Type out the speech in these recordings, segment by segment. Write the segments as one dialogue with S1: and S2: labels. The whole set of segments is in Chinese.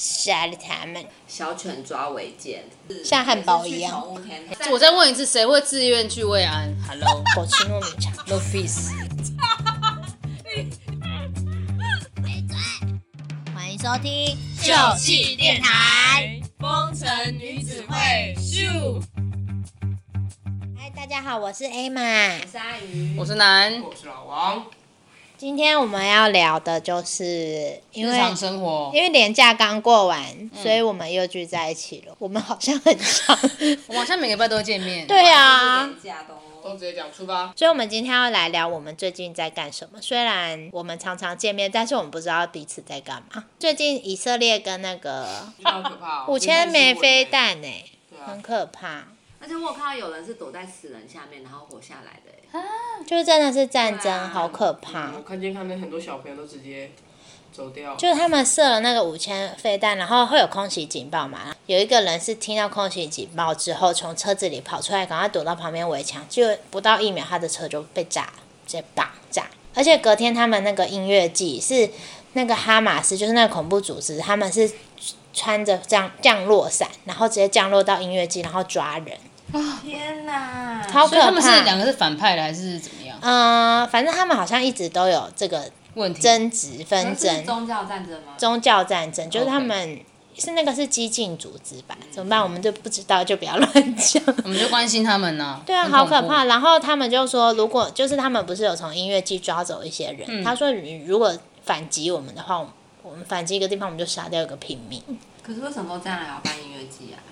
S1: 杀了他们。
S2: 小犬抓违建，
S1: 像汉堡一样
S2: 也是去宠物天堂。
S3: 我再问一次，谁会自愿去慰安？Hello，
S1: 狗吃糯米肠，no face。欢迎收听
S3: 系电台，风尘女子会，咻，
S1: 嗨，大家好，我是 A 玛。
S2: 我是阿鱼，
S3: 我是男，
S4: 我是老王，
S1: 今天我们要聊的就是嗯因
S3: 日
S1: 为
S3: 常生活，
S1: 因为年假刚过完，所以我们又聚在一起了。我们好像很长，
S3: 我们好像每个礼拜都会见 面，
S1: 对啊。
S2: 廉价的
S4: 都
S2: 哦。
S4: 直接讲出发。
S1: 所以，我们今天要来聊我们最近在干什么。虽然我们常常见面，但是我们不知道彼此在干嘛。最近以色列跟那个
S4: 觉得好可怕、哦！
S1: 五千枚飞弹呢、
S4: 对
S1: 很
S4: 啊，
S1: 可怕，
S2: 而且我有看到有人是躲在死人下面，然后活下来的欸，
S1: 就是真的是战
S2: 对
S1: 争，
S2: 啊
S1: 好可
S4: 我
S1: 怕。
S4: 看见他们很多小朋友都直接走掉，
S1: 就是他们射了那个五千飞弹，然后会有空袭警报嘛？有一个人是听到空袭警报之后，从车子里跑出来，赶快躲到旁边围墙，就不到一秒，他的车就被炸了，直接爆炸。而且隔天他们那个音乐季是那个哈马斯，就是那个恐怖组织，他们是穿着降降落伞，然后直接降落到音乐季，然后抓人，
S2: 天哪！
S1: 超可
S3: 所以
S1: 怕。
S3: 他们是两个是反派的还是怎么样？
S1: 呃，反正他们好像一直都有这个
S3: 问题
S1: 争执纷
S2: 这是
S1: 争，
S2: 宗教战争吗？
S1: 宗教战争，就是
S3: OK
S1: 他们是那个是激进组织吧？怎么办？我们就不知道，就不要乱讲。
S3: 我们就关心他们呢、
S1: 对啊，
S3: 很
S1: 好
S3: 恐
S1: 可
S3: 怖
S1: 怕。！然后他们就说，如果就是他们不是有从音乐季抓走一些
S3: 嗯
S1: 人，他说你如果反击我们的话，我们我们反击一个地方，我们就杀掉一个平民。
S2: 可是为什么这样还要办音乐季啊？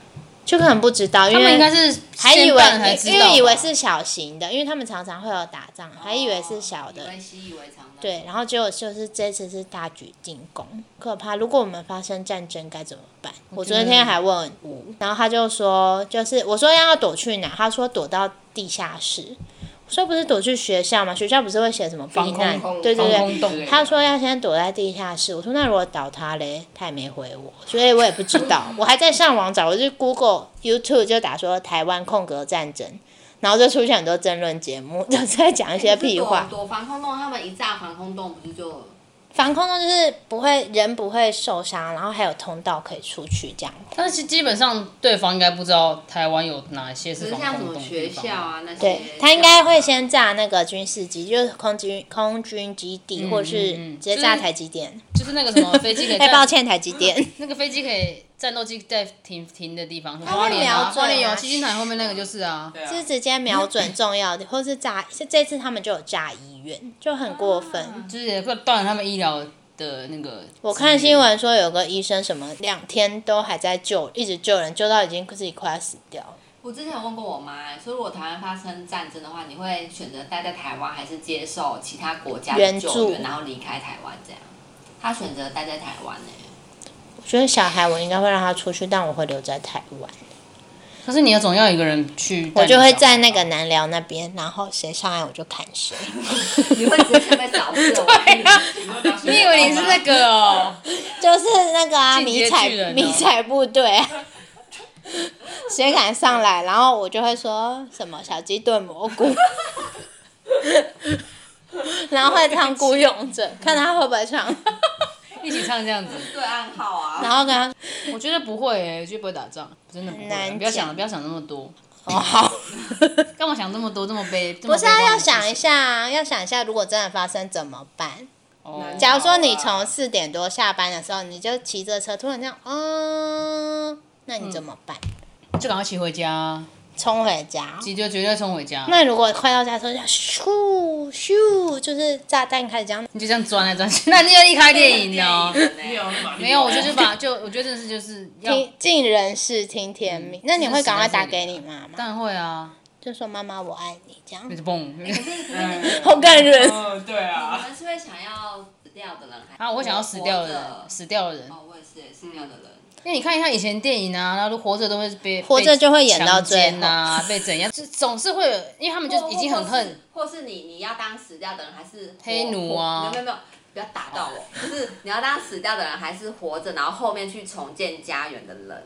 S1: 就可能不知道，因
S3: 他们应该
S1: 为
S3: 是
S1: 还以
S3: 先办才
S1: 为
S3: 知道
S1: 因
S3: 吧
S1: 为以为是小型的，因为他们常常会有打仗，还以为是小的
S3: 哦
S2: 哦以为习以为常的。
S1: 对，，然后结果就是这次是大举进攻，可怕。如果我们发生战争该怎么办？我昨天还问吴，然后他就说，就是我说要躲去哪，他说躲到地下室。我说不是躲去学校吗？学校不是会写什么避
S4: 防
S1: 难
S4: 空？洞，
S1: 对对
S4: 防
S1: 对。
S4: 空洞之类的
S1: 他说要先躲在地下室，我说那如果倒塌嘞，他也没回我，所以我也不知 道。我还在上网找，我就 Google、YouTube 就打说台湾空格战争，然后就出现很多争论节目， 就在讲一些屁话。
S2: 躲躲防空洞，他们一炸防空洞，不是就
S1: 防空洞就是不会人不会受伤，然后还有通道可以出去这样。
S3: 但是基本上对方应该不知道台湾有哪些
S2: 只
S3: 是
S2: 是
S3: 防
S2: 像什
S3: 空
S2: 么
S3: 洞
S2: 学
S3: 地方
S2: 校啊那些？啊
S1: 对他应该会。先炸那个军事基地，
S3: 嗯
S1: 就是空军空军基地，或是
S3: 嗯嗯
S1: 直接炸台积电。
S3: 就是那个什么嗯飞机可 以
S1: 哎、
S3: 在
S1: 抱歉，台积 电。
S3: 那个飞机可以战斗机在停停的地方，什么
S1: 会
S3: 花莲啊，
S1: 瞄准啊
S3: 花莲有七星潭后面那个就是啊，
S4: 对啊
S1: 就是直接瞄准重要的，或是炸，是啊这次他们就有炸医院，就很过分。
S2: 啊
S3: 就是也会断了他们医疗的那个。
S1: 我看新，闻说有个医生什么两天都还在救，一直救人，救到已经自己快要死掉了。
S2: 我之前有问过我妈、欸，说如果台湾发生战争的话，你会选择待在台湾，还是接受其他国家
S1: 援
S2: 的
S1: 助
S2: 救援，然后离开台湾这样？她选择待在台湾欸呢、
S1: 我觉得小孩我应该会让他出去，但我会留在台湾。
S3: 可是你要总要有一个人去，
S1: 我就会在那个。南寮那边，然后谁上来我就砍谁。
S2: 你会直接被扫射？
S3: 对啊，
S4: 你
S3: 你以为你是那个哦？
S1: 就是那个啊，
S3: 进
S1: 迷
S3: 阶
S1: 彩
S3: 巨人哦
S1: 迷彩部队、 啊，谁敢上来，然后我就会说什么小鸡炖蘑菇， 然后会唱《孤勇 者》，看他会不会唱，
S3: 一起唱这样子，
S2: 对暗号啊！
S1: 然后跟他
S3: 我觉得不会诶、我觉得不会打仗，真的不会
S1: 难
S3: 啊。
S1: 讲
S3: 不要想了，不要想那么多，
S1: 哦 好，
S3: 干嘛想这么多，这么悲？不
S1: 不是啊，要想一下啊，要想一下，如果真的发生怎么办？
S3: 哦，
S1: 假如说你从四点多下班的时候，你就骑着车，突然这样，嗯，那你怎么办？
S3: 就赶快骑回家，
S1: 冲回家，
S3: 急就绝对冲回家，
S1: 那如果快到家的时候，就咻咻，就是炸弹开始这样，
S3: 你就这样钻来钻去， 那你要离开电 影哦。
S4: 没有马里奥
S3: 没有，我就是把就我觉得真的是就是要，
S1: 听尽人事听天命。
S3: 嗯
S1: 那你会赶快打给你妈妈，
S3: 当然会啊，
S1: 就说妈妈我爱你这样
S3: 那，就蹦。
S2: 哎
S1: 好感人。
S4: 嗯，对
S2: 你
S4: 啊，
S2: 们是会想要死掉的人，还
S3: 啊，我想要死掉的
S2: 活
S3: 人，
S2: 着
S3: 死掉的人。
S2: 哦，我也是死掉的人。
S3: 因为你看一下以前电影啊，然后活着都会被
S1: 活着就会演到最后
S3: 被强奸啊，被怎样，就总是会有，因为他们就已经很恨，
S2: 或是你你要当死掉的人还是
S3: 黑奴
S2: 活
S3: 啊哦
S2: 没有没有没有，不要打到我， 就是你要当死掉的人还是活着，然后后面去重建家园的人，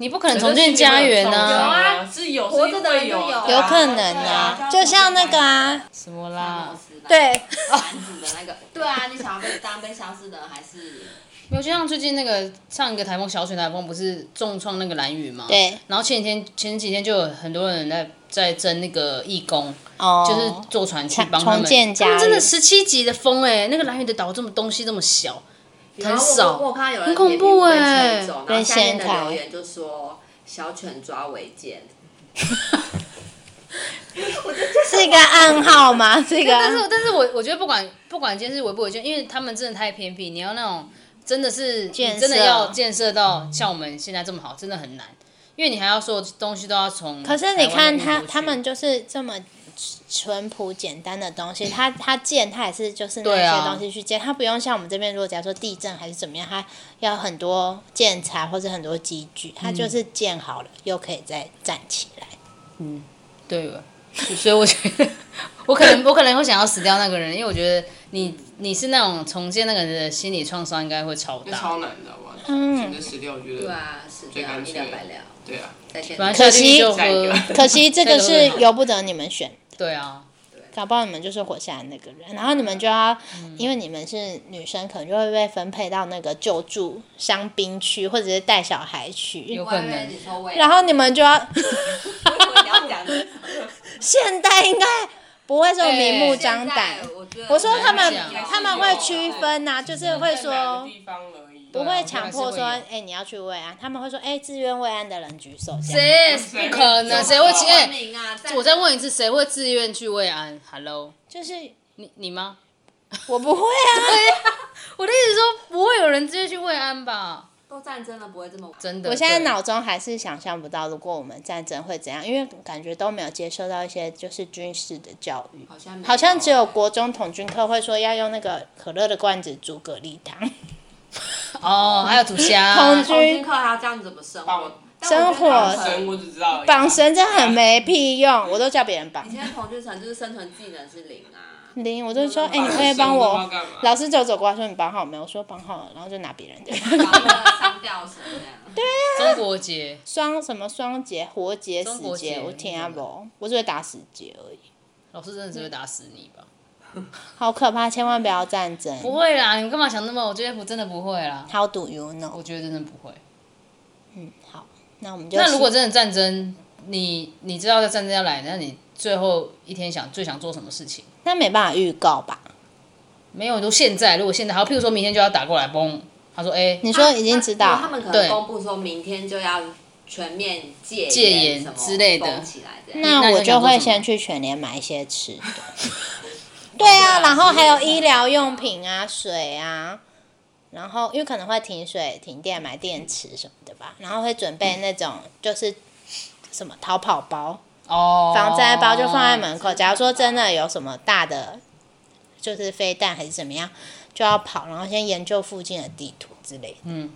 S3: 你不可能重建家园
S4: 有
S3: 啊，
S4: 啊，是有
S2: 活着的人就有
S4: 是会有
S1: 有可能啊，就像那个啊，
S3: 什么
S2: 拉
S3: 啦
S2: 莫，斯那个
S1: 对，
S2: 男主的那个，对啊，你想要被当被消失的人还是
S3: 尤其像最近那个上一个台风小雪台风不是重创那个蓝雨吗？
S1: 对。
S3: 然后前几天前几天就有很多人在在争那个义工，
S1: 哦，
S3: 就是坐船去帮他
S1: 重
S3: 们。
S1: 建家
S3: 他们真的
S1: 园
S3: 十七级的风哎、那个蓝雨的岛这么东西这么小，
S2: 然后我
S3: 少
S2: 我我看到有人
S3: 很恐
S2: 也
S3: 怖
S2: 被
S3: 欸
S2: 吹走然
S1: 被
S2: 后下
S1: 掀
S2: 面的
S1: 开
S2: 留言就说小犬抓违建，
S1: 是一个暗号吗？这个
S3: 但是但是我我觉得不管不管今天是违不违建，因为他们真的太偏僻，你要那种真的是你
S1: 建设
S3: 真的要建设到像我们现在这么好，真的很难，因为你还要所有东西都要从台
S1: 可
S3: 湾
S1: 是
S3: 的运过
S1: 你
S3: 去。
S1: 看他他们就是这么淳朴简单的东 西，他他建他也是就是那
S3: 对啊
S1: 些东西去建，他不用像我们这边，如果假如说地震还是怎么样，他要很多建材或者很多机具，他就是建好了、又可以再站起来。
S3: 嗯对吧？所以我觉得我可能我可能会想要死掉那个人，因为我觉得你你是那种重建那个人的心理创伤应该会超
S4: 那
S3: 大。
S4: 超难，你知道吗？
S1: 嗯
S4: 选择死掉，我觉得
S2: 对啊，死
S4: 最
S2: 掉
S4: 干
S2: 一
S4: 脆
S2: 两百两，
S4: 对啊，
S2: 再见。
S3: 反正
S1: 可
S3: 下定
S1: 惜
S3: 义就
S4: 下一
S3: 喝
S4: 个，
S1: 可惜这个是
S3: 这个
S1: 由不得你们选，
S3: 对啊，
S1: 搞不好你们就是活下来那个人，然后你们就要，
S3: 嗯
S1: 因为你们是女生，可能就会被分配到那个救助伤兵区或者是带小孩区
S3: 有，
S2: 我还以为你说我也，
S1: 然后你们就要。
S2: 我以为你要讲这种
S1: 现代应该 不会这么明目张胆
S2: 现。在我觉得
S1: 我说他们
S3: 现在
S1: 他们会区分呐、就是会说
S4: 地方而已，啊
S1: 不
S4: 不
S1: 会强迫说，
S3: 还是
S1: 哎、你要去慰安，他们会说，哎、自愿慰安的人举手。这样
S3: 谁不可能？谁会去？
S2: 有
S3: 哎、
S2: 文明啊
S3: 我再问一次，谁会自愿去慰安？Hello，
S1: 就是
S3: 你你吗？
S1: 我不会啊，
S3: 我的意思说，不会有人自愿去慰安吧？
S2: 都战争了，不会这么
S3: 真的，
S1: 我现在
S3: 对
S1: 脑中还是想象不到，如果我们战争会怎样，因为感觉都没有接受到一些就是军事的教育。
S2: 好像没有
S1: 好像只有国中统军课会说要用那个可乐的罐子煮蛤蜊汤，
S3: 哦，还有 土虾，
S1: 同居
S2: 空军课还要这样怎么生活？但我
S1: 生
S2: 觉得
S1: 活
S2: 他们
S4: 神我只知道而已
S1: 绑绳真的很没屁用，我都叫别人绑
S2: 以。前同居城就是生存技能是零啊，
S1: 零，我就说，哎、
S4: 绑
S1: 你可以
S4: 绳
S1: 帮
S4: 不知道
S1: 我
S4: 干嘛
S1: 老师走走过来说你绑好没有？我说绑好了，然后就拿别人的
S2: 然后 上吊绳这样。对，
S3: 中国结，
S1: 双什么双节、活节、
S3: 中
S1: 死
S3: 国
S1: 节，
S3: 结
S1: 我听啊不，我只会打死结而已，
S3: 老师真的是会打死你吧？
S1: 好可怕，千万不要战争。
S3: 不会啦，你们干嘛想那么？我觉得不真的不会啦，
S1: How do you
S3: 我
S1: know？
S3: 觉得真的不会。
S1: 嗯，好，那我们就
S3: 那如果
S1: 是
S3: 真的战争，你你知道这战争要来，那你最后一天想最想做什么事情？
S1: 那没办法预告吧？
S3: 没有，都现在，如果现在好，譬如说明天就要打过来，嘣，他说哎、
S1: 你说已经知道，
S2: 他们可
S3: 对
S2: 能公布说明天就要全面戒
S3: 戒
S2: 严
S3: 严
S2: 什么
S3: 之类的
S2: 封起来这样。
S1: 那
S3: 那
S1: 我就
S3: 你想做
S1: 会
S3: 什么
S1: 先去全联买一些吃的。 对啊，然后还有医疗用品啊、水啊，然后因为可能会停水、停电，买电池什么的吧。然后会准备那种就是什么逃跑包、
S3: 哦，
S1: 防灾包，就放在门口。假如说真的有什么大的，就是飞弹还是怎么样，就要跑，然后先研究附近的地图之类的。
S3: 嗯，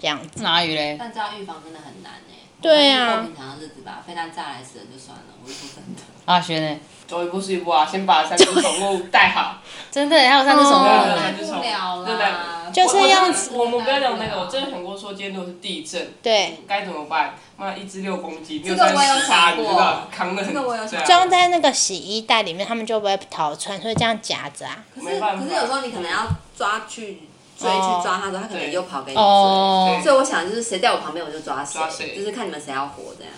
S1: 这样子。
S3: 哪里嘞？
S2: 但这样预防真的很难哎、欸。
S1: 对啊
S2: 过平常的日子吧，非但炸来死了就算了，我是说真的。
S3: 阿轩呢？
S4: 走一步是一步啊，先把三只宠物带 好。
S3: 真的，还有三只手
S1: 哦
S3: 么？
S2: 带不了
S4: 真
S2: 啦
S4: 的，
S1: 就是
S4: 我
S1: 要
S4: 我们不要讲那个，我真的想过说，今天如果是地震，
S1: 对，
S4: 该怎么办？妈，一只六公斤，
S2: 这
S4: 六
S2: 个我
S4: 三
S2: 有想过
S4: 十八，你知道，扛得很。
S2: 这个我有想过
S4: 对啊
S1: 装在那个洗衣袋里面，他们就不会逃窜，所以这样夹着啊。
S2: 可
S4: 没
S2: 是
S4: 办法嗯
S2: 可是有时候你可能要抓去追
S1: 哦
S2: 去抓他的时候，他可能又跑给你追。
S3: 哦
S4: 对，
S2: 所以我想就是谁在我旁边我就抓谁，
S4: 抓谁
S2: 就是看你们谁要活这样。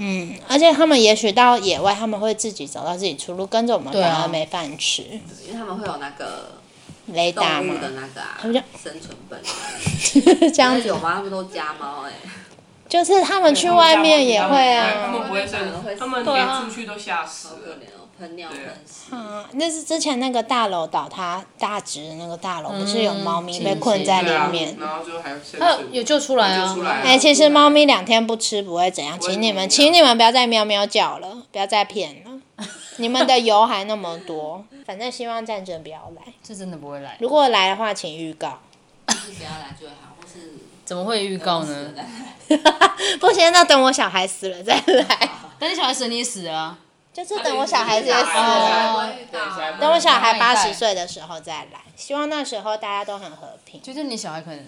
S1: 嗯，而且他们也许到野外，他们会自己找到自己出路，跟着我们
S3: 对啊
S1: 反而没饭吃。
S2: 因为他们会有那个
S1: 雷
S2: 动
S1: 达嘛
S2: 物，的那个啊
S1: 他们就
S2: 生存本能，
S1: 这样
S2: 有
S1: 子，
S2: 吗？他们都家猫哎，
S1: 就是他们去外面也会
S4: 他
S1: 啊。
S4: 们不会生，他们
S3: 对
S4: 连
S3: 啊
S4: 出去都吓
S2: 好
S4: 死
S2: 可
S4: 了
S2: 怜。哦，喷尿喷屎。
S1: 啊，那是之前那个大楼倒塌，大直的那个大楼不是有猫咪被困在
S4: 对啊
S1: 里
S2: 嗯
S1: 面？，
S4: 然后就还生
S3: 还有
S4: 存
S3: 有救出来啊
S4: 救出来啊
S1: 哎、其实猫咪两天不吃不会怎样，请你们，请你们不要再喵喵叫了，不要再骗了， 你们的油还那么多，反正希望战争不要来。
S3: 这真的不会来，
S1: 如果来的话，请预告。
S2: 就是不要来最好，或是
S3: 怎么会预告呢？
S1: 不行，那等我小孩死了再来，
S3: 但是小孩死你也死了啊，
S1: 就是等我小孩子也死了。
S3: 哦
S2: 啊
S4: 对
S1: 等我小孩
S3: 另外
S1: 八
S3: 一代
S1: 十岁的时候再来，希望那时候大家都很和平。
S3: 就是你小孩可能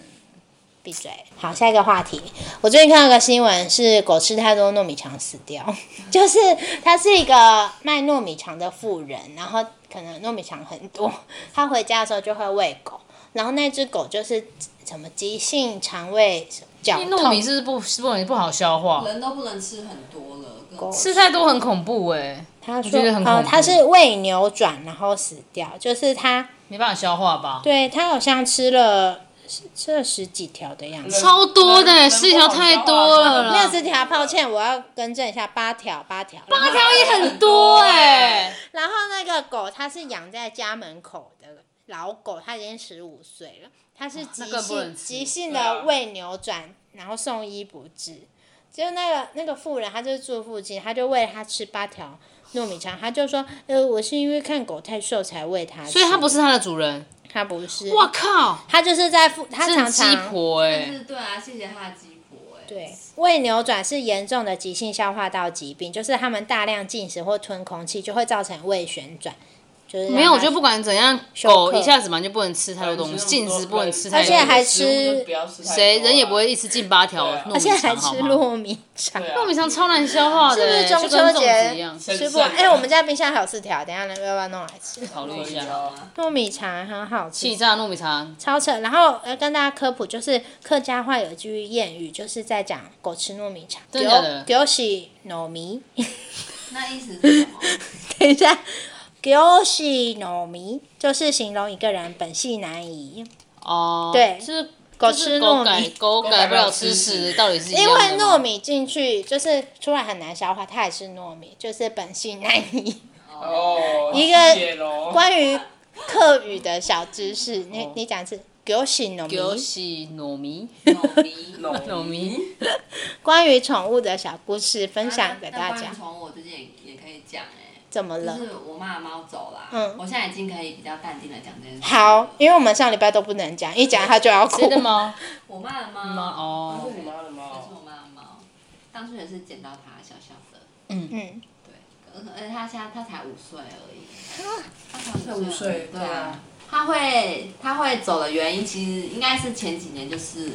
S1: 闭嘴。好，下一个话题。我最近看到个新闻，是狗吃太多糯米肠死掉， 就是他是一个卖 糯米肠的富人，然后可能糯米肠很多，他回家的时候就会喂狗。然后那只狗就是什么急性肠胃绞
S3: 因为糯米
S1: 痛，
S3: 是不是不是不容易不好消化，
S2: 人都不能吃很多了，更
S3: 吃太多很恐怖哎、
S1: 他说
S3: 觉得很
S1: 哦
S3: 恐，怖
S1: 他是胃扭转然后死掉，就是他
S3: 没办法消化吧？
S1: 对他好像吃了是吃了十几条的样子。
S3: 超多的、
S4: 人
S3: 四条太
S4: 啊
S3: 多了啦，
S1: 六十条，抱歉，我要更正一下，八条，八条。
S3: 八条也很多哎、
S1: 然后那个狗它是养在家门口的老狗，它已经十五岁了，它是急
S3: 那更不
S1: 性
S3: 能吃
S1: 急性
S4: 对
S1: 的
S4: 啊
S1: 胃扭转，然后送医不治。就那个那个妇人，她就是住附近，她就喂它吃八条糯米肠，她就说，呃，我是因为看狗太瘦才喂它吃，
S3: 所以它不是它的主人。
S1: 它不是，
S3: 哇靠，
S1: 它就是在附，它
S3: 这
S1: 常
S3: 是鸡
S1: 常
S3: 婆哎、
S2: 但是对啊，谢谢他的鸡婆哎、
S1: 对，胃扭转是严重的急性消化道疾病，就是它们大量进食或吞空气就会造成胃旋转，就是让
S3: 没有，我
S1: 它
S3: 觉得不管怎样，
S1: 休
S3: 狗
S1: 克
S3: 一下子嘛就不能吃太多东西，进食不能吃太
S1: 而且
S3: 多。
S1: 还吃
S3: 谁
S4: 谁
S3: 人也不会一次进八条
S4: 对啊
S3: 糯
S1: 而
S3: 米
S1: 且还
S3: 肠好
S1: 吃
S3: 吗？
S1: 糯米肠，
S4: 对啊
S3: 糯米肠超难消化的、欸，
S1: 是不是中
S3: 就跟
S1: 秋
S3: 粽子一
S1: 节
S3: 样？
S1: 吃不完？哎、我们家冰箱还有四条，等一下要不要弄来吃？
S3: 考虑
S2: 糯
S3: 一
S2: 米
S3: 下。
S2: 粥啊，
S1: 糯米肠很好
S3: 气
S1: 吃，
S3: 炸糯米肠，
S1: 超扯。然后要跟大家科普，就是客家话有一句谚语，就是在讲狗吃糯米肠，
S3: 真的假的
S1: 狗狗洗糯米。
S2: 那意思是什么？
S1: 等一下。狗喜糯米就是形容一个人本性难移，
S3: 哦，
S1: 对
S3: 就是
S1: 狗
S3: 就是
S1: 吃
S3: 狗
S1: 糯
S3: 改
S1: 米
S3: 狗改不
S4: 不
S3: 了
S4: 了
S3: 吃
S4: 吃
S3: 屎，
S4: 屎
S3: 到底是一
S1: 因
S3: 样
S1: 为
S3: 的吗
S1: 糯米进去就是出来很难消化，它也是糯米，就是本性难移。
S4: 哦，
S1: 一个
S4: 谢 咯
S1: 关于客语的小知识，你
S2: 哦
S1: 你讲一次。狗醒农
S3: 狗
S1: 民，
S3: 是糯 米，
S2: 糯米。
S3: 糯米
S1: 关于宠物的小故事分享给
S2: 啊那
S1: 大
S2: 关
S1: 家
S2: 于。宠物我最近也也可以讲哎、
S1: 怎么了
S2: 就？是我妈的猫走啦，
S1: 嗯
S2: 我现在已经可以比较淡定的讲这件事。
S1: 好，，因为我们上礼拜都不能讲，一讲他就要哭
S3: 谁。的猫？
S2: 我妈的猫，
S3: 猫哦
S4: 是你妈的
S2: 对是
S4: 猫，
S2: 我妈的猫，当初也是捡到它，小小的，
S1: 嗯，
S2: 对，而而且呃它现在它才五岁而已，它才
S4: 五岁
S2: 对
S4: 对
S2: 啊
S4: 啊。
S2: 它会它会走的原因，其实应该是前几年就是。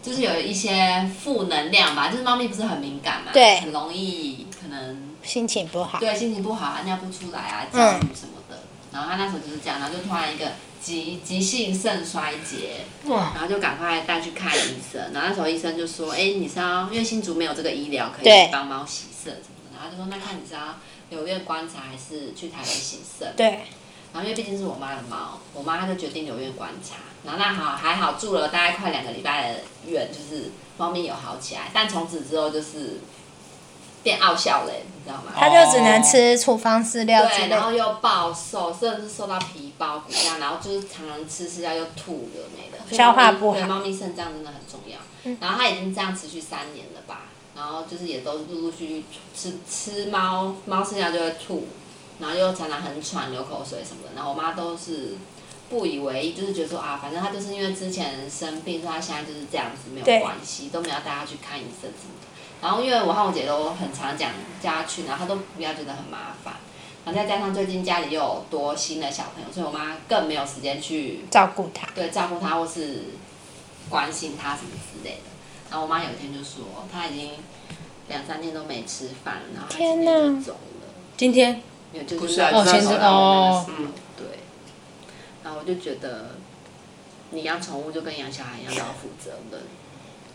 S2: 就是有一些负能量吧，就是猫咪不是很敏感嘛，
S1: 对
S2: 很容易可能
S1: 心情不好。
S2: 对，心情不好啊，尿不出来啊，
S1: 嗯
S2: 焦虑什么的。然后他那时候就是这样，然后就突然一个急急性肾衰竭，
S3: 哇，
S2: 然后就赶快带去看医生。然后那时候医生就说：“哎，你是要因为新竹没有这个医疗可
S1: 对
S2: 以帮猫洗肾什么的。”然后就说：“那看你是要留院观察还是去台北洗肾？”
S1: 对，
S2: 然后因为毕竟是我妈的猫，我妈她就决定留院观察。然后那好还好住了大概快两个礼拜的院，就是猫咪有好起来，但从此之后就是变傲笑嘞，你知道吗？
S1: 他就只能吃处方饲料之
S2: 哦对，
S1: 类
S2: 然后
S1: 的。
S2: 又暴瘦，甚至瘦到皮包骨这样，然后就是常常吃吃药又吐了没的，所 以
S1: 消化
S2: 猫咪
S1: 不好嗯
S2: 对，猫咪肾脏真的很重要。然后它已经这样持续三年了吧，然后就是也都陆陆续续吃吃猫猫吃药就会吐，然后又常常很喘、流口水什么的。然后我妈都是不以为意，就是觉得说啊，反正她就是因为之前生病，所以她现在就是这样子，没
S1: 对
S2: 有关系，都没有带她去看医生什么的。然后因为我和我姐都很常讲叫她去，然后她都不要觉得很麻烦。然后再加上最近家里又有多新的小朋友，所以我妈更没有时间去
S1: 照顾他。
S2: 对照顾他或是关心他什么之类的。然后我妈有一天就说，她已经两三天都没吃饭，然后她今
S1: 天
S2: 天
S1: 哪
S2: 就走了，
S3: 今天
S2: 没有就是
S4: 不是啊
S3: 哦前阵哦
S2: 嗯，对。然后我就觉得，你养宠物就跟养小孩一样，都要负责任。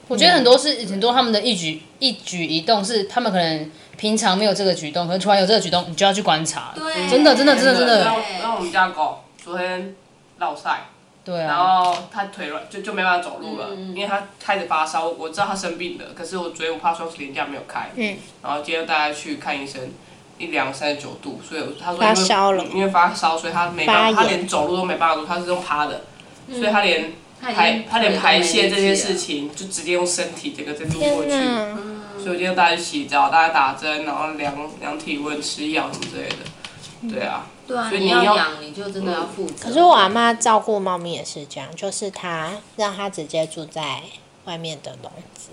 S3: 我觉得很多是很多他们的一举一举一动是他们可能平常没有这个举动，可能突然有这个举动，你就要去观察。
S2: 啊对
S3: 真的真的真的真的
S4: 然后然后我们家狗昨天落晒，
S3: 对
S4: 然
S3: 啊，
S4: 后它腿软，就就没办法走路了，
S2: 嗯
S4: 因为它开始发烧。我我知道它生病了，可是我昨天我怕双十连假没有开，
S1: 嗯，
S4: 然后今天带它去看医生，一量三十九度，所以我他说
S1: 发
S4: 因为
S1: 烧了
S4: 因为发烧，所以它没办法，
S1: 发炎嗯
S4: 它连走路都没办法走，它是用趴的，所以它连
S2: 她已
S4: 排
S2: 经
S4: 它连排泄这件事
S2: 情，
S4: 情就直接用身体这个在度过
S1: 天
S4: 去。
S1: 哪！
S4: 所以我今天带它去洗澡，带它打针，然后量量体温、吃药什么之类的。对啊，
S2: 对啊，
S4: 所以
S2: 你
S4: 你要
S2: 要养你就真的要负责。
S1: 可是我阿妈照顾猫咪也是这样，就是她让它直接住在外面的笼子，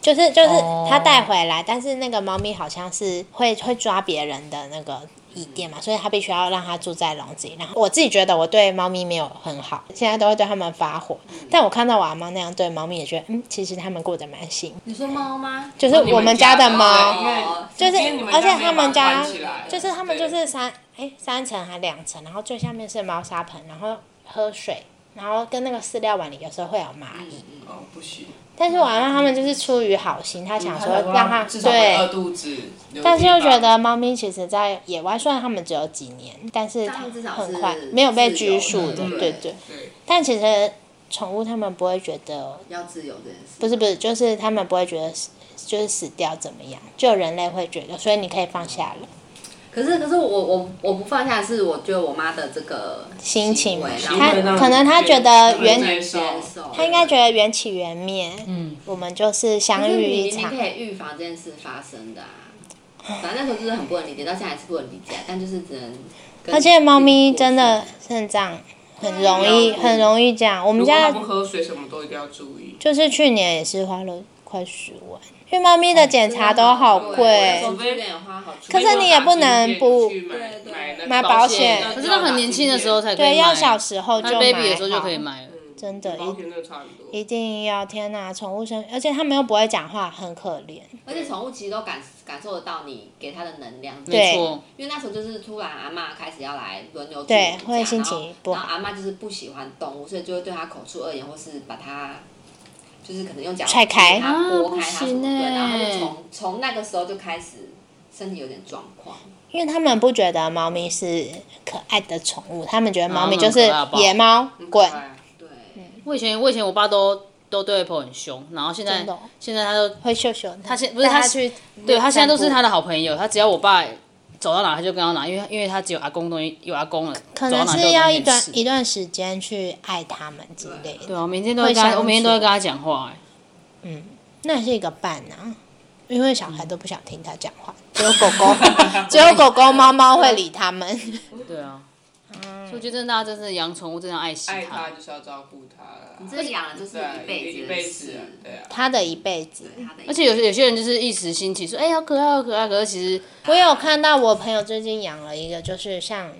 S1: 就是就是
S3: 哦
S1: 她带回来，但是那个猫咪好像是会会抓别人的那个椅垫嘛，所以她必须要让它住在笼子里。然后我自己觉得我对猫咪没有很好，现在都会对它们发火，但我看到我阿妈那样对猫咪，也觉得嗯，其实它们过得蛮幸福。
S2: 你说猫吗？嗯
S1: 就是我们家的
S4: 对
S1: 猫，
S4: 因为
S1: 就是
S4: 因为你们
S1: 而且
S4: 家没有
S1: 他们
S4: 把它
S1: 家
S4: 关起来
S1: 就是他们
S4: 对
S1: 就是三哎、三层还两层，然后最下面是猫砂盆，然后喝水然后跟那个饲料碗里有时候会有蚂
S2: 嗯
S1: 蚁。
S4: 哦，不行。
S1: 但是我阿妈他们就是出于好心，他想说
S4: 嗯
S1: 让它
S4: 至少会饿
S1: 对，
S4: 肚子。
S1: 但是又觉
S4: 留地
S1: 得猫咪其实，在野外虽然它们只有几年，但是
S2: 它们至少是
S1: 很快没有被拘束
S2: 自
S1: 的
S2: 由
S1: 对
S2: 的，对
S1: 对。
S4: 方对，
S1: 但其实宠物它们不会觉得，
S2: 要自由这件事。
S1: 不是不是，就是它们不会觉得死就是死掉怎么样，就人类会觉得，所以你可以放下了。
S2: 可是可是我我我不放下的是，我觉得我妈的这个
S1: 心情
S2: 为，然
S1: 她
S2: 后
S4: 让
S1: 可能她
S4: 你
S1: 觉得
S4: 能
S1: 原
S4: 接受
S2: 接受
S1: 她应该觉得缘起缘灭，
S3: 嗯，
S1: 我们就是
S2: 可
S1: 相
S2: 是
S1: 遇
S2: 你
S1: 一
S2: 明明
S1: 场。
S2: 可以预防这件事发生的啊。反正那时候就是很不能理解，到现在还是不能理解，啊但就是只能跟。
S1: 而且猫咪真的肾脏很容易
S4: 对啊
S1: 很容易这样，我们
S4: 如果它
S1: 家
S4: 不喝水，什么都一定要注意。
S1: 就是去年也是花了快十万，因为猫咪的检查都好
S2: 对
S1: 贵
S2: 我。那时候去年花好处
S1: 可是你也不能不
S4: 去买买那
S1: 买
S4: 个
S1: 保险
S4: 那
S3: 可是他很年轻的时候才可以
S1: 对，
S3: 买，
S1: 要小时候就
S3: 他
S1: 买
S3: baby 的时候就
S1: 好
S3: 可以买了。
S1: 真的
S4: 嗯保险真的差很多。
S1: 一定要天哪！宠物生，而且它们又不会讲话，很可怜。
S2: 而且宠物其实都感感受得到你给它的能量，
S1: 对
S3: 没错，
S2: 因为那时候就是突然阿嬷开始要来轮流住
S1: 对
S2: 我们家
S1: 会心情
S2: 然后
S1: 不好
S2: 然后阿嬷就是不喜欢动物，所以就会对它口出恶言，或是把它就是可能用脚
S1: 踹开
S2: 踢它拨
S3: 啊
S2: 开
S3: 不
S2: 它什
S3: 行
S2: 么的，然后它
S3: 欸
S2: 就从从那个时候就开始身体有点状况。
S1: 因为他们不觉得猫咪是可爱的宠物，他们觉得猫咪
S3: 嗯
S1: 就是
S3: 可爱吧
S1: 野猫滚。
S2: 对，
S3: 我以前我以前我爸都都对 Apple 很凶，然后现在
S1: 真的哦
S3: 现在他都
S1: 会秀秀，他
S3: 现不是他
S1: 去，
S3: 对他现在都是
S1: 散步
S3: 他的好朋友，他只要我爸走到哪他就跟到哪，因为因为他只有阿公东西有阿公了，
S1: 可
S3: 可
S1: 能是要一段一段时间去爱它们之类的。
S3: 对啊，每天都会跟他
S1: 会相
S3: 我每天都会跟他讲话、哎
S1: 那也是一个伴啊，因为小孩都不想听他讲话，只有狗狗， 只有狗狗、猫猫会理他们。
S3: 对啊，
S1: 嗯
S3: 所以我觉得大家真是养宠物真的要爱惜
S4: 爱它
S3: 它，
S4: 就是要照顾它啦。
S2: 这养了就是
S4: 对啊，
S2: 一辈子
S4: 一
S2: 的
S4: 辈
S2: 事
S4: 子啊，对啊。
S1: 他的一辈子，
S2: 对啊它的一辈子
S3: 而且有些有些人就是一时兴起说，哎、好可爱好可爱，可是其实
S1: 我有看到我朋友最近养了一个，就是像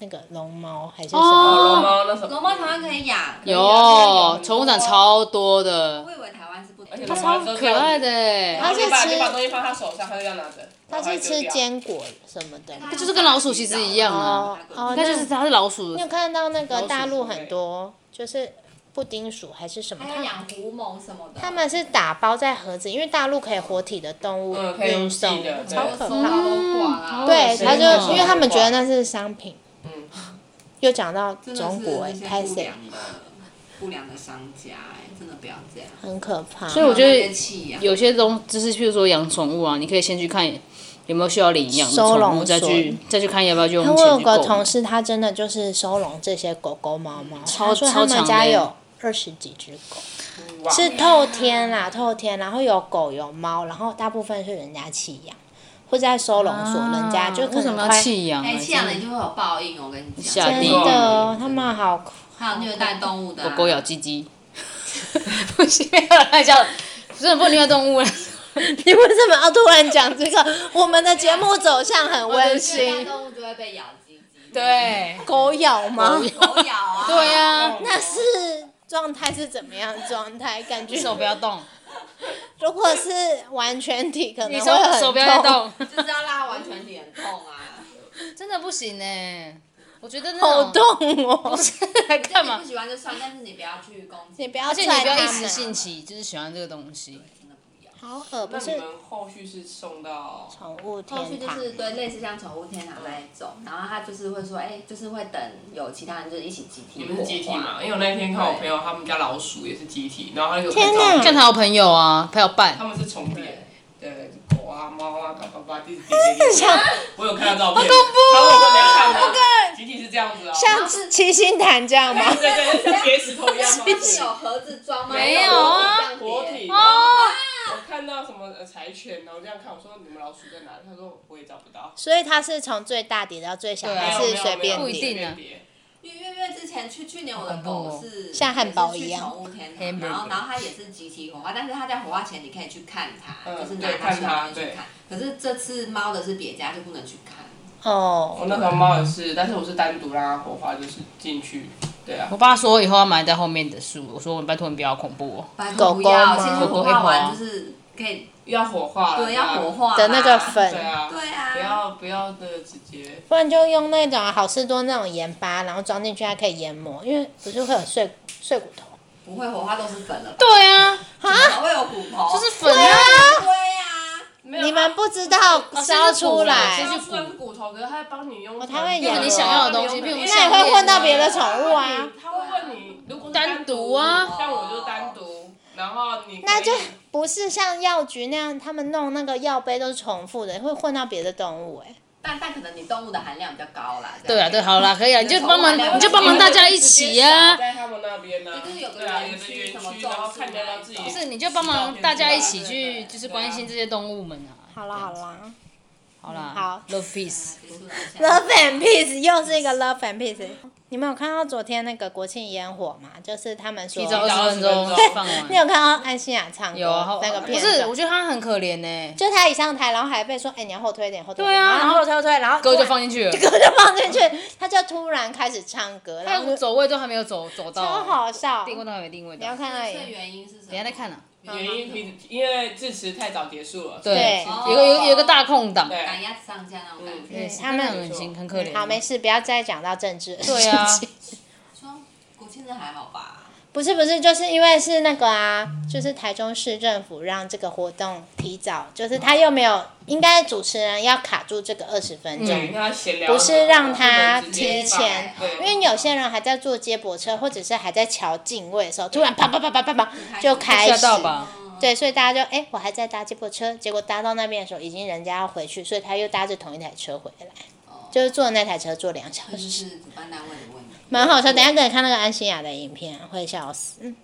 S1: 那个龙猫还是什
S3: 哦
S1: 么，
S4: 龙猫那什么？
S2: 龙猫台
S1: 啊
S2: 湾可以养，可以养
S3: 有宠物展。超多的
S2: 我，以为台湾是不能
S4: 而且
S2: 养，
S4: 它
S3: 超可爱的、
S1: 它
S3: 哎
S1: 是
S4: 你把
S1: 吃
S4: 你把东西放它手上，它就这样拿着。
S1: 它是吃
S4: 尖。
S1: 坚果什么的。
S3: 它就是跟老鼠其实一样
S1: 哦
S3: 啊，
S1: 哦，
S3: 它
S1: 那
S3: 就是它是老鼠
S1: 你有
S3: 的，
S1: 看到那个大陆很多就是布丁鼠还是什么，
S2: 还
S1: 它
S2: 要养狐獴什么的。
S1: 他们是打包在盒子，因为大陆可以活体的动物
S4: 嗯可以
S1: 运
S4: 用寄
S1: 送
S4: 的，对
S1: 超可怕。
S2: 都挂啦。
S1: 嗯对，
S3: 是
S1: 他就
S3: 哦
S1: 因为他们觉得那是商品。
S4: 嗯
S1: 又讲到中国哎、拍谁
S2: 不良的商家哎、真的不要这样。
S1: 很可怕。
S3: 嗯所以我觉得
S2: 气啊呀、
S3: 有些东就是譬如说养宠物啊，你可以先去看有没有需要领养的
S1: 收
S3: 宠
S1: 容
S3: 物，再去
S1: 所
S3: 再去看要不要去用
S1: 因为
S3: 钱
S1: 我有
S3: 去
S1: 个
S3: 购
S1: 同
S3: 买。
S1: 事，他真的就是收容这些狗狗、猫猫，
S3: 超
S1: 他说他
S3: 超
S1: 们
S3: 长
S1: 家
S3: 的
S1: 有二十几只狗，
S4: 哇
S1: 是透天啦，透天，然后有狗有猫，然后大部分是人家弃养，或者在收容所，人家就可
S3: 啊为什
S1: 能
S3: 么要
S1: 快
S3: 弃啊养啊？
S2: 哎、弃养了
S3: 真
S2: 你
S3: 的
S2: 就会有报应，我跟你
S3: 吓
S2: 讲。
S1: 真
S3: 地狱
S1: 的，他们好
S2: 还有虐待动物的、啊
S3: 狗狗咬。鸡鸡， 不行，没有乱讲，真的不能虐待动物了。
S1: 你为什么要突然讲这个？我们的节目走向很温
S2: 虐待
S1: 馨。
S2: 动物就会被咬鸡鸡。。
S3: 对，
S1: 狗咬吗？
S2: 狗咬啊。
S3: 对呀、啊，
S1: 那是状态是怎么样的状态？感觉
S3: 手不要动，
S1: 如果是完全体，可
S3: 你
S1: 能
S3: 手
S1: 会很
S3: 手不要
S1: 痛。
S3: 动，
S2: 就是要拉完全体很痛啊。真
S3: 真的不行呢、欸我觉得那
S1: 好
S3: 种，
S1: 痛哦！
S3: 干嘛
S2: 不？喜欢就算，但是你不要去攻击。
S1: 你不要
S3: 而且你不要
S1: 踹
S3: 一
S1: 他们
S3: 时兴起，就是喜欢这个东西。
S2: 真的不要。
S1: 好恶，
S4: 那
S1: 不
S4: 你
S1: 是
S4: 们后续是送到
S1: 宠物
S2: 后续
S1: 天
S2: 就
S1: 堂。
S2: 是对类似像宠物天堂那一种，然后他就是会说，哎、就是会等有其他人就是一起集体
S4: 你
S2: 火
S4: 们
S2: 化
S4: 是集体嘛？因为我那天看我朋友他们家老鼠也是集体，然后他就
S1: 天哪
S4: 哪
S3: 像他有朋友啊，他有
S4: 他
S3: 伴，
S4: 们是重叠
S2: 对，
S4: 对，狗啊、猫啊、嘎巴巴，一直叠 叠叠。我有看到照片，好恐怖
S1: 哦
S4: 他问我说你要看吗？集体是这样子啊，
S1: 像七星潭这样吗？
S3: 啊
S4: 对对对，像 叠石头一样吗？
S2: 它是有盒子装吗？
S3: 没有啊
S2: 这样
S4: 活
S2: 叠
S4: 体。我看到什么呃柴犬，然后这样看，我说你们老鼠在哪里？他说我也找不到，
S1: 所以它是从最大叠到最小，
S3: 对啊
S1: 还
S4: 没
S1: 是
S4: 有
S1: 随便
S4: 没有
S3: 不一
S1: 叠？
S3: 定啊
S4: 随便叠
S2: 因为因为之前去去年我的
S3: 哦
S2: 狗是
S1: 像汉堡一样
S2: 也是去宠物天堂，然后
S3: Hamburger
S2: 然后它也是集体火化，但是它在火化前你可以去看它，
S4: 嗯
S2: 就是拿
S4: 对
S2: 它
S4: 看
S2: 去
S4: 它
S2: 看去看。可是这次猫的是别家就不能去看，
S1: 哦
S4: 我，那条猫也是，但是我是单独让它火化，就是进去。对啊
S3: 我，爸说以后要埋在后面的树，我说我拜托你不要恐怖哦。
S2: 拜
S1: 狗
S2: 托
S1: 狗
S2: 不要，
S1: 吗
S2: 先去火化完就是可以
S4: 要火化了，
S2: 对要火化
S1: 的那个
S2: 啦
S1: 粉
S4: 对啊，
S2: 对
S4: 不
S2: 啊，
S4: 要不要的直接，
S1: 不然就用那种好事多那种盐巴，然后装进去，它可以研磨，因为不是会有碎碎骨头。
S2: 不会火化都是粉了吧，
S3: 对啊，
S2: 怎么会有骨头？
S3: 就是粉啊，
S2: 对啊，
S4: 没有
S1: 你们不知道
S3: 哦
S1: 烧
S3: 先是骨
S1: 出
S3: 嘛
S1: 来
S3: 先是，
S4: 它虽然是骨头，可是它帮你用，
S1: 哦它会
S3: 就
S2: 啊
S1: 养
S3: 是你想要的东西，
S4: 它
S3: 譬
S4: 会用
S3: 如
S4: 美
S1: 那也
S3: 项
S1: 会
S3: 链
S1: 混到
S3: 啊
S1: 别的宠物啊，
S4: 他会问你，如果是
S3: 单独啊
S4: 像我就单独，然后你可以
S1: 那就不是像药局那样，他们弄那个药杯都是重复的，会混到别的动物、欸。
S2: 但但可能你动物的含量比较高啦。这
S3: 对啊，
S2: 样
S3: 对，好啦，可以啊，啊你就帮忙，你就帮忙大家一起啊呀、
S4: 直接撒在他们那边呢，
S2: 就是有个
S4: 对啊，有
S2: 园
S4: 个
S2: 区
S4: 园
S2: 什么
S4: 区，
S2: 种
S4: 然后
S2: 树
S4: 看得到自己
S2: 那
S3: 不
S2: 一种
S3: 是，你就帮忙大家一起去，就是关心这些动物们啊。
S1: 好啦好啦
S3: 好啦，
S1: 好
S3: ，Love Peace，
S2: 结束了下一个
S1: ，Love and Peace 又是一个 Love and Peace。你们有看到昨天那个国庆烟火吗？就是他们说
S3: 提，早二十分钟放 完
S1: 你。有看到安心雅唱歌
S3: 有啊，
S1: 那个
S3: 不
S1: 片
S3: 是，
S1: 段
S3: 我觉得他很可怜呢、
S1: 就他一上台，然后还被说，哎、你要后推一点，后推一点，
S3: 对啊
S1: 然后后推后推，然后
S3: 歌就放进去 了，
S1: 歌就放进去，他就突然开始唱歌，
S3: 他
S1: 然后就
S3: 走位都还没有走走到，
S1: 超好笑。
S3: 定位都还没定位
S1: 你要
S3: 到。
S1: 看啊那
S2: 这
S1: 里，
S2: 原因是什么？
S3: 等一下再看啊。
S4: 原因比因为致辞太早结束了，
S3: 对，
S1: 对
S3: 有个有有个大空档，
S4: 对
S2: 赶鸭子上架那种感觉。
S1: 嗯
S3: 对
S1: 他
S3: 真的
S1: 们
S3: 很辛很可怜。
S1: 好，没事，不要再讲到政治的事情。
S3: 对啊，
S2: 说国庆日还好吧？
S1: 不是不是，就是因为是那个啊，就是台中市政府让这个活动提早，就是他又没有，应该主持人要卡住这个二十分钟。
S3: 嗯
S4: 对，他闲聊
S1: 不是让他
S4: 不能直接
S1: 提前
S4: 放对，
S1: 因为有些人还在坐接驳车，或者是还在瞧敬畏的时候，突然啪啪啪啪啪啪就开
S3: 嗯吓
S1: 始，
S3: 到吧？
S2: 嗯
S1: 对，所以大家就哎、我还在搭接驳车，结果搭到那边的时候，已经人家要回去，所以他又搭着同一台车回来，
S2: 哦，
S1: 就是坐那台车坐两小
S2: 就
S1: 时，
S2: 是主办单位的问题。
S1: 蛮好笑。等一下给你看那个安心雅的影片，会笑死。嗯，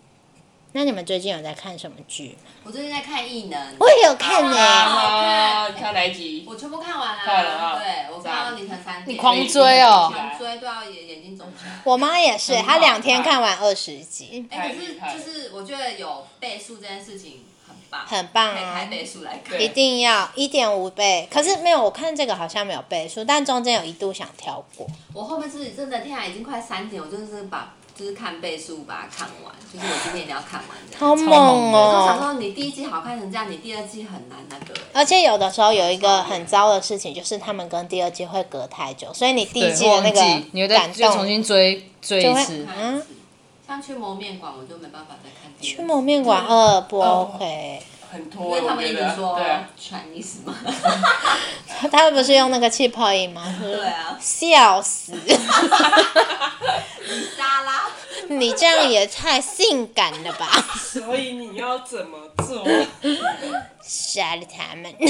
S1: 那你们最近有在看什么剧？
S2: 我最近在看《异能》，
S1: 我也有看呢、
S4: 啊，看哪一集？
S2: 我全部看完了。
S4: 看了啊
S2: 对，我看到凌晨三点。
S3: 你狂追哦
S2: 狂追，对啊，眼眼睛肿起来。
S1: 我妈也是，她两天看完二十集，
S2: 哎，可
S4: 太厉害
S2: 是
S4: 了
S2: 就是我觉得有倍数这件事情很棒，
S1: 很棒
S2: 可以
S1: 啊
S2: 开倍数来看
S4: 对。
S1: 一定要一点五倍。可是没有，我看这个好像没有倍数，但中间有一度想跳过。
S2: 我后面是真的天啊，已经快三点，我就是把就是看倍数把它看完，就是我今天一定要看完这样。
S1: 好猛
S2: 我
S1: 哦！
S2: 想说，你第一季好看成这样，你第二季很难那个、欸。
S1: 而且有的时候有一个很糟的事情，就是他们跟第二季会隔太久，所以你第一季
S3: 对，
S1: 的
S3: 忘
S1: 那
S3: 记，你又
S1: 个
S3: 再
S1: 感
S3: 又重
S1: 动，
S3: 新追追
S1: 就
S3: 一
S1: 会
S3: 次。
S1: 嗯，
S2: 像去蒙面馆，我就没办法再看第二季
S1: 去蒙面馆二不 OK，
S4: 很
S2: 因
S4: 拖，
S2: 为他们一
S4: 我
S2: 直
S4: 觉得
S2: 说
S4: 对啊，
S2: Chinese 嘛。
S1: 他们不是用那个气泡音吗？
S2: 对啊，
S1: 笑死！
S2: 沙拉。
S1: 你这样也太性感了吧！
S4: 所以你要怎么做？
S1: 杀了他 们！
S2: 就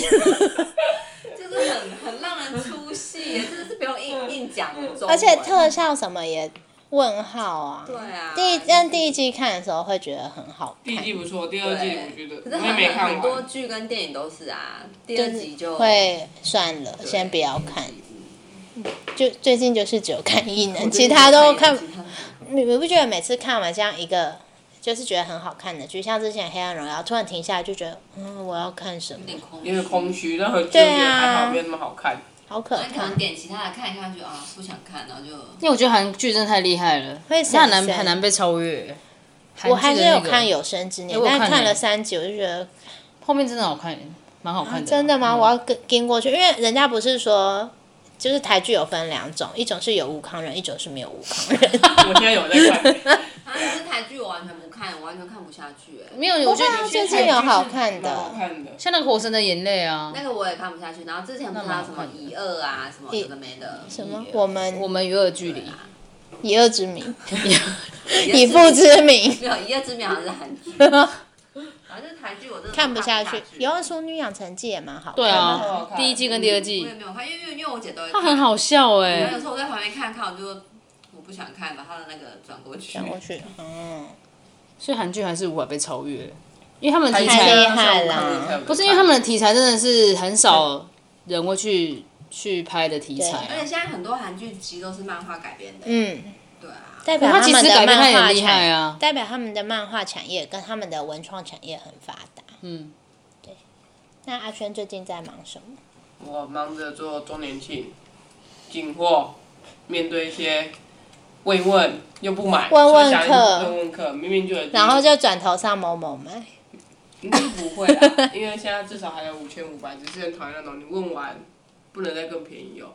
S2: 是很很让人出戏，真的是不用硬硬讲中文
S1: 而且特效什么也问号啊。
S2: 对啊，
S1: 第一，但第一季看的时候会觉得很好
S4: 第一
S1: 看，
S4: 季不错，第二季我觉
S2: 可
S4: 得
S2: 是
S4: 我也
S2: 很
S4: 没看
S2: 很多
S4: 完。
S2: 剧跟电影都是啊，第
S1: 就
S2: 二
S1: 是
S2: 集就
S1: 会算了，先不要看。就最近就是只有看异能，其他都看。
S2: 其他都
S1: 你你不觉得每次看完这样一个，就是觉得很好看的剧，像之前《黑暗荣耀》，突然停下来就觉得，嗯，我要看什么
S2: 有？点空
S4: 因为
S2: 虚。
S4: 空虚，然后就觉
S1: 对
S4: 得
S1: 啊
S4: 还好，没那么好看。
S1: 好可
S2: 那可
S1: 怕
S2: 能！点其他的看一看就啊不想看，然后就
S3: 因为我觉得韩剧真的太厉害了，
S1: 会
S3: 它很难
S1: 神仙
S3: 很难被超越。
S1: 我还是有看
S3: 有
S1: 有生之年
S3: 哎，我有
S1: 但
S3: 看
S1: 看
S3: 欸
S1: 了三集，我就觉得
S3: 后面真的好看，蛮好看的。
S1: 啊真的吗？
S3: 嗯
S1: 我要跟跟过去，因为人家不是说，就是台剧有分两种，一种是有吴康人，一种是没有吴康人。
S4: 我 现在有在看，
S2: 啊，可是台剧我完全不看，我完全看不下去哎。
S3: 没有，我觉得
S1: 啊
S3: 有
S1: 最
S3: 些
S1: 近有好看
S4: 蛮好
S1: 的，
S4: 看的。
S3: 像那个《火神的眼泪》啊，
S2: 那个我也看不下去，然后之前不知道什
S3: 那蛮好
S2: 么
S3: 看的
S2: 一二啊，什么有的没的，
S1: 什么？我们
S3: 我们与恶距离，
S1: 以恶之 名，以
S2: 以
S1: 父之名，
S2: 没有 一夜之名好像是韩 剧，
S1: 啊
S2: 反正台剧我真的
S1: 看不下
S2: 去
S1: 去。有《淑女养成记》也蛮好看的，
S3: 对
S4: 很好
S3: 啊，
S4: 看
S3: 第一季跟第二季
S2: 我也没有看，因为因为因为我姐都会
S3: 它
S2: 看，
S3: 很好笑
S2: 然后
S3: 哎
S2: 有，时候我在旁边看看，我就我不想看，把她的那个转过去
S1: 转。过去，嗯，
S3: 所以韩剧还是无法被超越，因为他们的
S4: 太
S3: 题
S1: 太厉
S3: 材
S1: 害啦
S3: 不是因为他们的题材真的是很少人会去去拍的题材
S2: 而
S3: 啊
S2: 且。现在很多韩剧其实都是漫画改编的，
S1: 嗯，
S2: 对啊，
S1: 代表
S3: 可它其
S1: 们
S3: 实
S1: 的
S3: 改编
S1: 漫
S3: 它也
S1: 画
S3: 很厉害
S1: 产，
S3: 啊，
S1: 代表他们的漫画产业跟他们的文创产业很发达。
S3: 嗯，
S1: 那阿轩最近在忙什么？
S4: 我忙着做周年庆进货，面对一些慰问又不买，
S1: 问问
S4: 所以想
S1: 客
S4: 问问客，明明就有
S1: 然后就转头上某某买，
S4: 应该是不会啦，因为现在至少还有五千五百，只是很讨厌那种你问完不能再更便宜哦。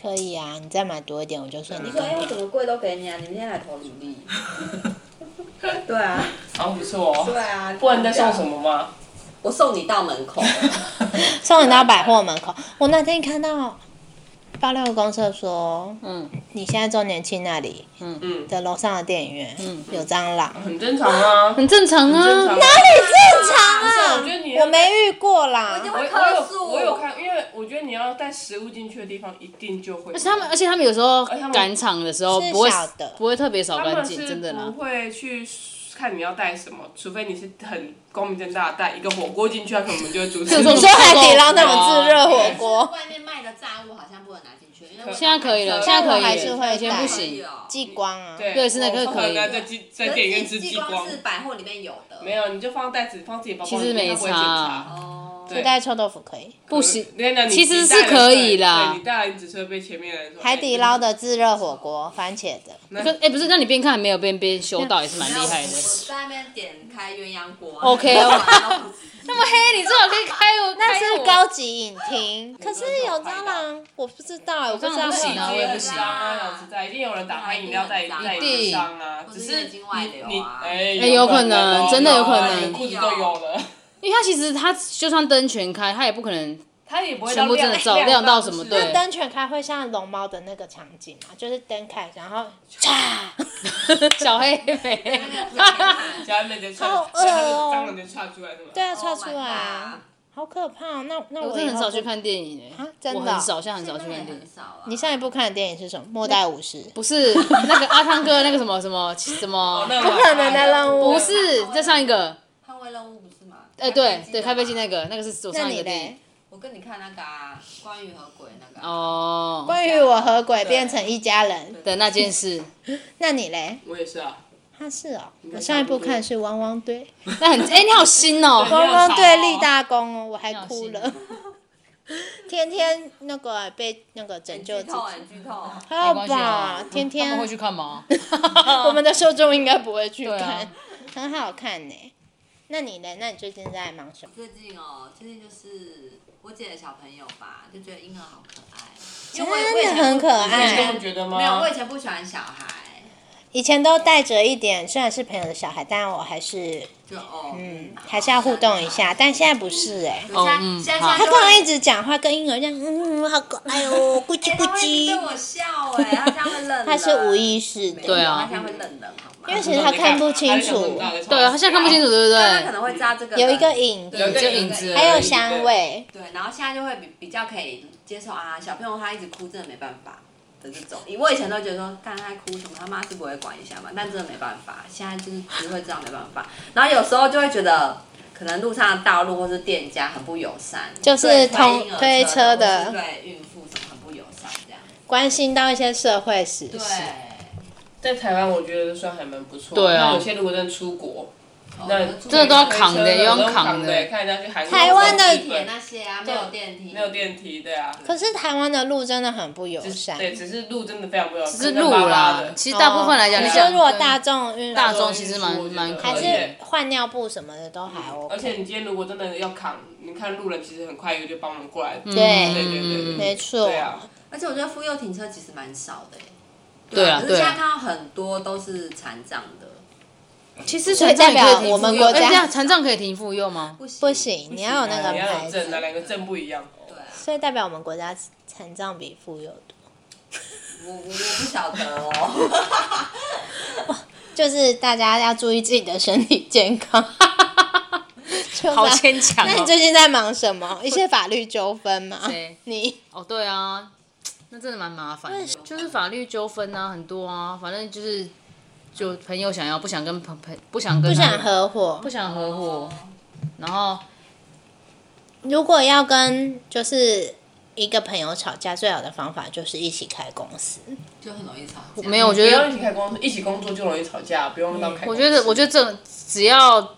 S1: 可以啊，你再买多一点，我就算你
S2: 你
S4: 嗯
S2: 说
S1: 更
S2: 哎，我怎
S1: 贵。
S2: 么贵都给你啊？你们现在来投履 历？对啊，
S4: 好不错哦，
S2: 对啊。
S4: 不然你在送什？么吗？
S2: 我送你到门
S3: 啊
S2: 口。
S1: 送你到百货门口。我那天看到爆料公社说，
S3: 嗯
S1: 你现在周年庆那里
S4: 嗯，
S1: 的楼上的电影院、
S3: 嗯
S1: 有蟑螂，
S4: 很正常啊，很
S3: 很正常
S4: 正常
S3: 啊
S1: 嗯
S4: 啊。。
S1: 正常
S4: 啊
S1: 啊
S4: 我觉得你
S1: 我没遇过啦
S2: 我就。
S4: 我
S2: 会
S4: 我
S2: 客
S4: 有
S2: 诉
S4: 我有看，因为我觉得你要带食物进去的地方，一定就会。
S3: 而且他们，而且他们有时候
S4: 哎且他们
S3: 赶场的时候
S1: 是
S3: 不会
S1: 小的
S3: 不会特别扫
S4: 他
S3: 干
S4: 们
S3: 净，
S4: 是
S3: 真的啦
S4: 不。会去看你要带什么，除非你是很光明正大地带一个火锅进去，他可能就阻 止
S3: 这
S1: 你
S3: 种
S1: 说海底捞那种自热火
S2: 可
S1: 锅，
S2: 是外面卖的炸物好像不能拿进去，因为
S3: 现在可以了，
S4: 但
S3: 现在可以
S1: 我还是
S3: 了，
S1: 会
S3: 以前
S1: 带
S3: 不
S2: 可以
S3: 行。
S2: 哦
S1: 激光啊，
S4: 对，
S3: 对是那个
S4: 我
S3: 可以
S4: 在激在
S2: 可
S4: 电影
S2: 是
S4: 院吃
S2: 激
S4: 激
S2: 光
S4: 光
S2: 是，百货里面有的，
S4: 没有你就放袋子，放自己包包
S3: 其
S4: 里
S3: 实
S4: 面，
S3: 没
S4: 他不会
S3: 差
S4: 检
S3: 啊
S4: 查。
S2: 哦，
S4: 对
S1: 就带臭豆腐可以。
S3: 不行
S4: 我跟你讲你
S3: 其实
S4: 你带了
S3: 是可以啦
S4: 对对你带了，你只是会被前面的人说。
S1: 海底捞的自热火锅，番茄的，
S3: 可
S4: 哎，那
S3: 哎，不是，那你边看没有边边修，到也是蛮
S2: 没有
S3: 厉害的
S2: 我。我在那边点开鸳鸯锅啊
S3: OK，
S2: 然后 我
S3: 那么黑，你最好可以开我。
S1: 那
S3: 开
S1: 是
S3: 我
S1: 高级影厅。可是
S4: 没
S1: 有
S4: 有
S1: 蟑螂，我不知道哎，我不知道
S3: 蟑螂不
S1: 会
S3: 行
S1: 有
S3: 啊我也不行
S4: 脏啊，讲实在，一定有人打开饮料在
S2: 一定
S4: 在
S3: 一定
S4: 上啊，只
S2: 是
S4: 是
S2: 眼睛外流啊
S4: 你哎
S3: 哎有可能
S4: 哦
S3: 真的有可
S4: 啊
S3: 能
S4: 你裤子都有了。
S3: 因为它其实它就算灯全开，它也不可能。
S4: 它也不会
S3: 全部真的照亮到什么对
S4: 对，
S1: 灯全开会像龙猫的那个场景嘛，就是灯开，然后嚓，
S3: 小黑妹，
S4: 家人在串，
S1: 好
S4: 然后它就
S1: 饿哦
S4: 蟑螂就窜出来是吗？
S1: 对啊，
S2: Oh my
S1: 窜出来啊，好可怕哦。那那
S3: 我
S1: 我
S3: 真
S1: 以
S3: 的
S1: 后
S3: 很少
S1: 不
S3: 去。看电影哎
S1: 啊，真的
S3: 我
S1: 哦
S3: 很少，现在很少去
S2: 现在也
S3: 看电
S2: 很
S3: 影。
S2: 少啊。
S1: 你上一部看的电影是什么？《末代武士》。
S3: 不是那个阿汤哥那个什么什么什么
S4: 哦，那
S1: 不可能的任务
S3: 不是再上一个，
S2: 捍卫任务不是吗？
S3: 哎对对，开飞机那个那个是我
S1: 那
S3: 上一
S1: 你
S3: 个电影
S1: 嘞。？
S2: 我跟你看那个啊，关于河鬼那个啊，
S3: 哦
S1: 关于我和鬼变成一家人，
S3: 的那件事，
S1: 那你嘞？
S4: 我也是啊，
S1: 他是哦，我
S4: 该
S1: 上一部
S4: 差不多
S1: 看是《汪汪队》，
S3: 那很哎、你好新哦、
S1: 汪汪队
S4: 你
S1: 立
S4: 好
S1: 大功哦，我还
S3: 好
S1: 哭
S3: 心
S1: 了。 天天那个被那个拯救
S2: 剧
S1: 自
S2: 透
S1: 己，
S2: 哎，剧透。
S1: 还有
S3: 没关系
S1: 吧
S3: 啊？
S1: 天
S3: 他们
S1: 天
S3: 会去 看吗？
S1: 我们的受众应该不会去
S3: 对啊
S1: 看，很好看呢。那你呢？那你最近在忙什么？
S2: 最近哦，最近就是我姐的小朋友吧，就觉得婴儿好可爱，因为我也我以
S1: 真
S2: 前
S1: 的很可
S4: 你
S3: 哎
S1: 爱
S4: 也这么觉得
S2: 不没有，
S4: 吗
S2: 我？以前不喜欢小孩，
S1: 以前都带着一点，虽然是朋友的小孩，但我还是
S2: 就哦，
S1: 嗯，还是要互动一下。但现在不是哎、
S2: 对。现在
S3: 嗯
S2: 现在现
S3: 好
S2: 在
S1: 他
S2: 就
S1: 不能
S2: 会
S1: 一直讲话，跟婴儿这样，嗯，好可爱 哦，咕叽
S2: 哎
S1: 咕
S2: 他会一直对
S1: 叽。
S2: 我笑哎，他这 样会冷。
S1: 他是无意识的，
S3: 对啊
S2: 他现在会冷冷好吗？
S1: 因为其实他看不清楚，
S3: 对啊，他现在看不清
S4: 楚。
S3: 楚，对不
S2: 他可
S3: 对？
S2: 能会知道这个
S1: 有一个
S2: 人
S1: 影
S4: 有一
S1: 子，
S4: 个
S3: 影子
S1: 还有香味。
S2: 对，然后现在就会比比较可以接受啊，小朋友他一直哭真的没办法的这种。我以前都觉得说，看他哭什么，他妈是不会管一下嘛，但真的没办法，现在就是只会这样没办法。然后有时候就会觉得，可能路上的道路或是店家很不友善，
S1: 就是
S2: 对
S1: 同
S2: 推婴儿车
S1: 推车的
S2: 或是对孕妇什么很不友善这样。
S1: 关心到一些社会时
S2: 对，
S1: 事，
S4: 在台湾，我觉得算还蛮不错。
S3: 对啊
S4: 那有些如果真的出国，那
S2: 哦
S3: 这个都要扛的
S4: 推车
S3: 又要
S4: 都
S3: 扛
S4: 扛
S3: 的
S4: 看人家去韩国、
S1: 台湾的
S4: 日
S2: 地铁
S4: 本
S2: 那些啊，没有电梯，
S4: 没有电梯，对啊。
S1: 可是台湾的路真的很不啊友善。
S4: 对，只是路真的非常不友善，
S3: 只是路
S4: 坑坑巴巴
S3: 啦
S4: 的，
S3: 其实大部分来讲，
S1: 哦你
S3: 讲
S1: 说如果大众运输
S3: 大众其实蛮蛮
S1: 还
S3: 可以的
S1: 是，换尿布什么的都还 OK，
S4: 嗯而且你今天如果真的要扛，你看路人其实很快一个就帮忙过
S3: 嗯
S4: 来。
S1: 对
S4: 对对对对
S1: 没错
S4: 对，啊，
S2: 而且我觉得妇幼停车其实蛮少的欸。
S3: 对啊
S2: 可是
S3: 对
S2: 现在
S3: 啊。
S2: 看到很多都是残障的，
S3: 其实
S1: 所以
S3: 残障也可以
S1: 代
S3: 停
S1: 表我们
S3: 妇幼
S1: 国家
S3: 哎这样残障可以停妇幼吗？
S2: 不行
S1: 不行，你要有那个
S4: 你嗯要
S1: 牌
S4: 有证，哪
S1: 子，
S4: 两个证不一样？
S2: 对啊，
S1: 所以代表我们国家残障比富有多，
S2: 我我我不晓得哦。
S1: 就是大家要注意自己的身体健康。就
S3: 好
S1: 吧
S3: 牵强
S1: 那你
S3: 哦。
S1: 最近在忙什么？一些法律纠纷吗
S3: 谁？
S1: 你
S3: 哦，对啊，那真的蛮麻烦的，就是法律纠纷啊，很多啊，反正就是就朋友想要不想跟朋朋不想跟
S1: 不
S3: 他们
S1: 想合伙
S3: 不，想合
S2: 哦
S3: 伙，然后
S1: 如果要跟就是一个朋友吵架，最好的方法就是一起开公司。
S2: 就很容易吵架。
S3: 没有，我
S4: 不
S3: 觉
S4: 要
S3: 得
S4: 一起开工，一起工作就容易吵架，不用到开公司。
S3: 我觉得，我觉得这只要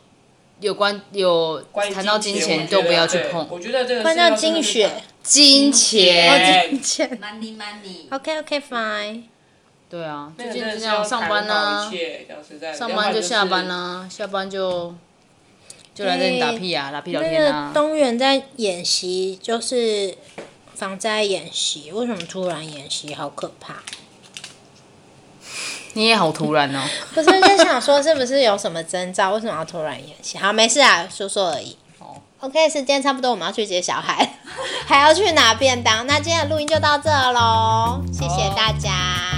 S3: 有关有
S4: 关于
S3: 谈到金
S4: 金
S3: 钱，
S4: 我觉
S3: 就
S4: 得
S3: 不要去
S4: 对
S3: 碰
S4: 我觉得这个
S1: 换
S4: 是
S3: 啊
S1: 到
S4: 要
S1: 金雪，
S3: 金钱。
S4: 哎
S1: 金钱。
S2: money money，
S1: OK OK fine。
S3: 对啊，
S4: 那
S3: 最
S4: 个
S3: 近
S4: 真
S3: 就
S4: 的
S3: 这
S4: 是
S3: 样，
S4: 要
S3: 上班
S4: 谈好
S3: 啊
S4: 一，切讲实在的
S3: 上班就下班
S4: 要
S3: 啊，下班就就来这里打屁啊，打屁聊
S1: 那
S3: 天
S1: 个
S3: 啊。
S1: 东元在演习，就是防灾演习，为什么突然演习？好可怕！
S3: 你也好突 然哦，
S1: 不是就想说是不是有什么征兆？为什么要突然演习？好，没事啊，说说而已。
S3: 哦
S1: OK，时间差不多，我们要去接小 孩，还要去拿便当。那今天的录音就到这喽，谢谢大家。